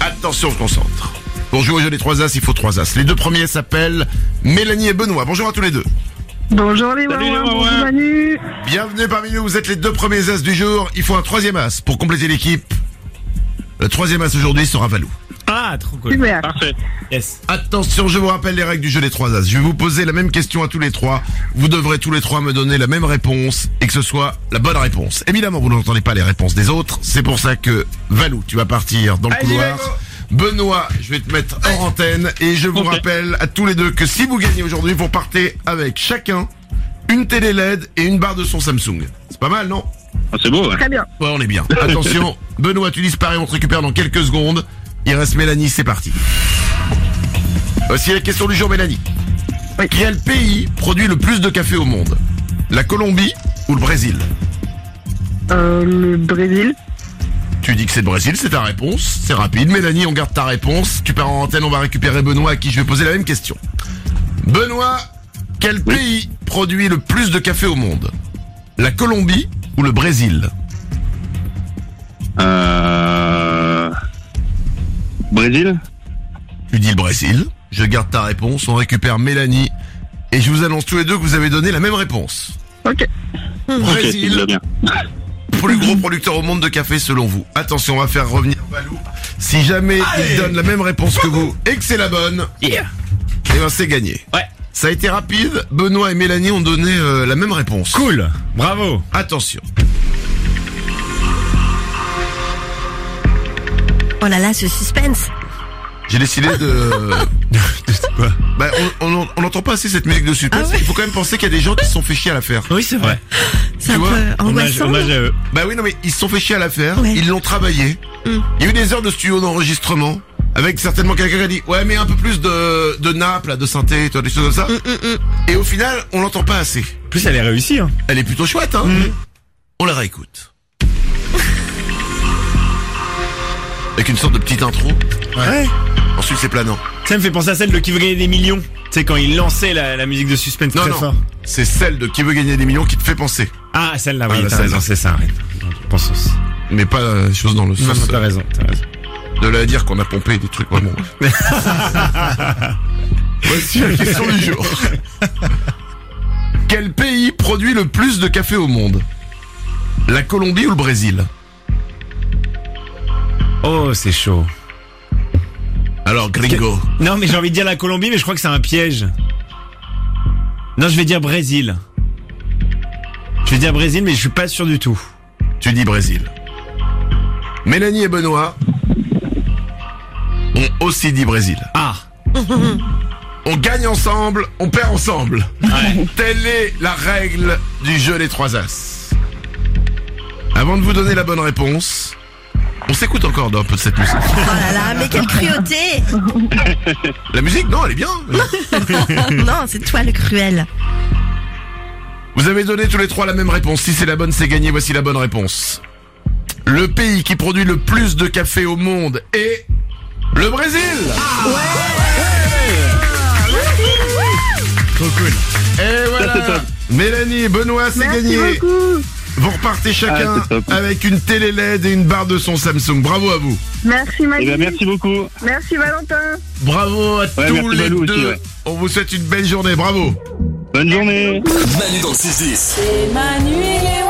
Attention, on se concentre. Pour jouer au jeu des trois as, il faut trois as. Les deux premiers s'appellent Mélanie et Benoît. Bonjour à tous les deux. Bonjour les Salut, Wawa, les bonjour Wawa. Manu. Bienvenue parmi nous, vous êtes les deux premiers as du jour. Il faut un troisième as pour compléter l'équipe. Le troisième as aujourd'hui sera Valou. Ah, trop cool. Super. Parfait. Yes. Attention, je vous rappelle les règles du jeu des trois as. Je vais vous poser la même question à tous les trois. Vous devrez tous les trois me donner la même réponse et que ce soit la bonne réponse. Évidemment, vous n'entendez pas les réponses des autres. C'est pour ça que Valou, tu vas partir dans le couloir. Benoît, je vais te mettre hors antenne et je vous Ok. rappelle à tous les deux que si vous gagnez aujourd'hui, vous partez avec chacun une télé LED et une barre de son Samsung. C'est pas mal, non Ah, c'est beau, ouais. Très bien. Ouais, on est bien. Attention, Benoît, tu disparais, on te récupère dans quelques secondes. Il reste Mélanie, c'est parti. Voici la question du jour, Mélanie. Quel pays produit le plus de café au monde La Colombie ou le Brésil Euh, le Brésil. Tu dis que c'est le Brésil, c'est ta réponse. C'est rapide. Mélanie, on garde ta réponse. Tu pars en antenne, on va récupérer Benoît à qui je vais poser la même question. Benoît, quel pays produit le plus de café au monde La Colombie ou le Brésil Euh... Brésil Tu dis le Brésil. Je garde ta réponse. On récupère Mélanie. Et je vous annonce tous les deux que vous avez donné la même réponse. Ok. Ok, Brésil, très bien. plus gros producteur au monde de café selon vous. Attention, on va faire revenir Valou. Si jamais il donne la même réponse que vous et que c'est la bonne, Yeah. eh ben c'est gagné. Ouais. Ça a été rapide. Benoît et Mélanie ont donné euh, la même réponse. Cool. Bravo. Attention. Oh là là, ce suspense. J'ai décidé de. Quoi Bah, on- on on n'entend pas assez cette musique de suspense. Ah ouais. Il faut quand même penser qu'il y a des gens qui se sont fait chier à la faire. Oui, c'est vrai. C'est Tu un vois, peu Hommage, angoissant. hommage à eux. Bah oui, non, mais ils se sont fait chier à la faire. Ouais. Ils l'ont travaillé. Mm. Il y a eu des heures de studio d'enregistrement. Avec certainement quelqu'un qui a dit Ouais, mais un peu plus de, de nappe, là, de synthé, tu vois, des choses comme ça. Mm, Et au final, on l'entend pas assez. En plus, elle est réussie. Hein. Elle est plutôt chouette, hein. Mm. On la réécoute. Avec une sorte de petite intro. Ouais. Ensuite, c'est planant. Ça me fait penser à celle de qui veut gagner des millions. Tu sais, quand il lançait la, la musique de suspense Non, très non. fort. C'est celle de Qui veut gagner des millions qui te fait penser. Ah, celle-là, oui. Ah, t'as celle-là. raison, c'est ça, arrête. Pense aussi. Mais pas euh, chose dans le Non, sens t'as raison, t'as raison. de la dire qu'on a pompé des trucs vraiment. Voici la question du jour. Quel pays produit le plus de café au monde La Colombie ou le Brésil Oh, c'est chaud. Alors gringo. Non, mais j'ai envie de dire la Colombie, mais je crois que c'est un piège. Non, je vais dire Brésil. Je vais dire Brésil, mais je suis pas sûr du tout. Tu dis Brésil. Mélanie et Benoît ont aussi dit Brésil. Ah, On gagne ensemble, on perd ensemble. Telle est la règle du jeu des trois as. Avant de vous donner la bonne réponse, on s'écoute encore d'un peu de cette musique. Oh là là, mais quelle cruauté La musique, non, elle est bien. Oh Non, c'est toi le cruel. Vous avez donné tous les trois la même réponse. Si c'est la bonne, c'est gagné. Voici la bonne réponse. Le pays qui produit le plus de café au monde est le Brésil. trop cool. Et c'est voilà. top. Mélanie, Benoît, c'est Merci gagné. beaucoup. Vous repartez chacun Ah, c'est top. avec une télé LED et une barre de son Samsung. Bravo à vous. Merci Eh Manu. bien, merci beaucoup. Merci Valentin. Bravo à tous merci, les Valou, deux. aussi, ouais. On vous souhaite une belle journée. Bravo. Bonne journée. Manu dans le 6-10. Manu et les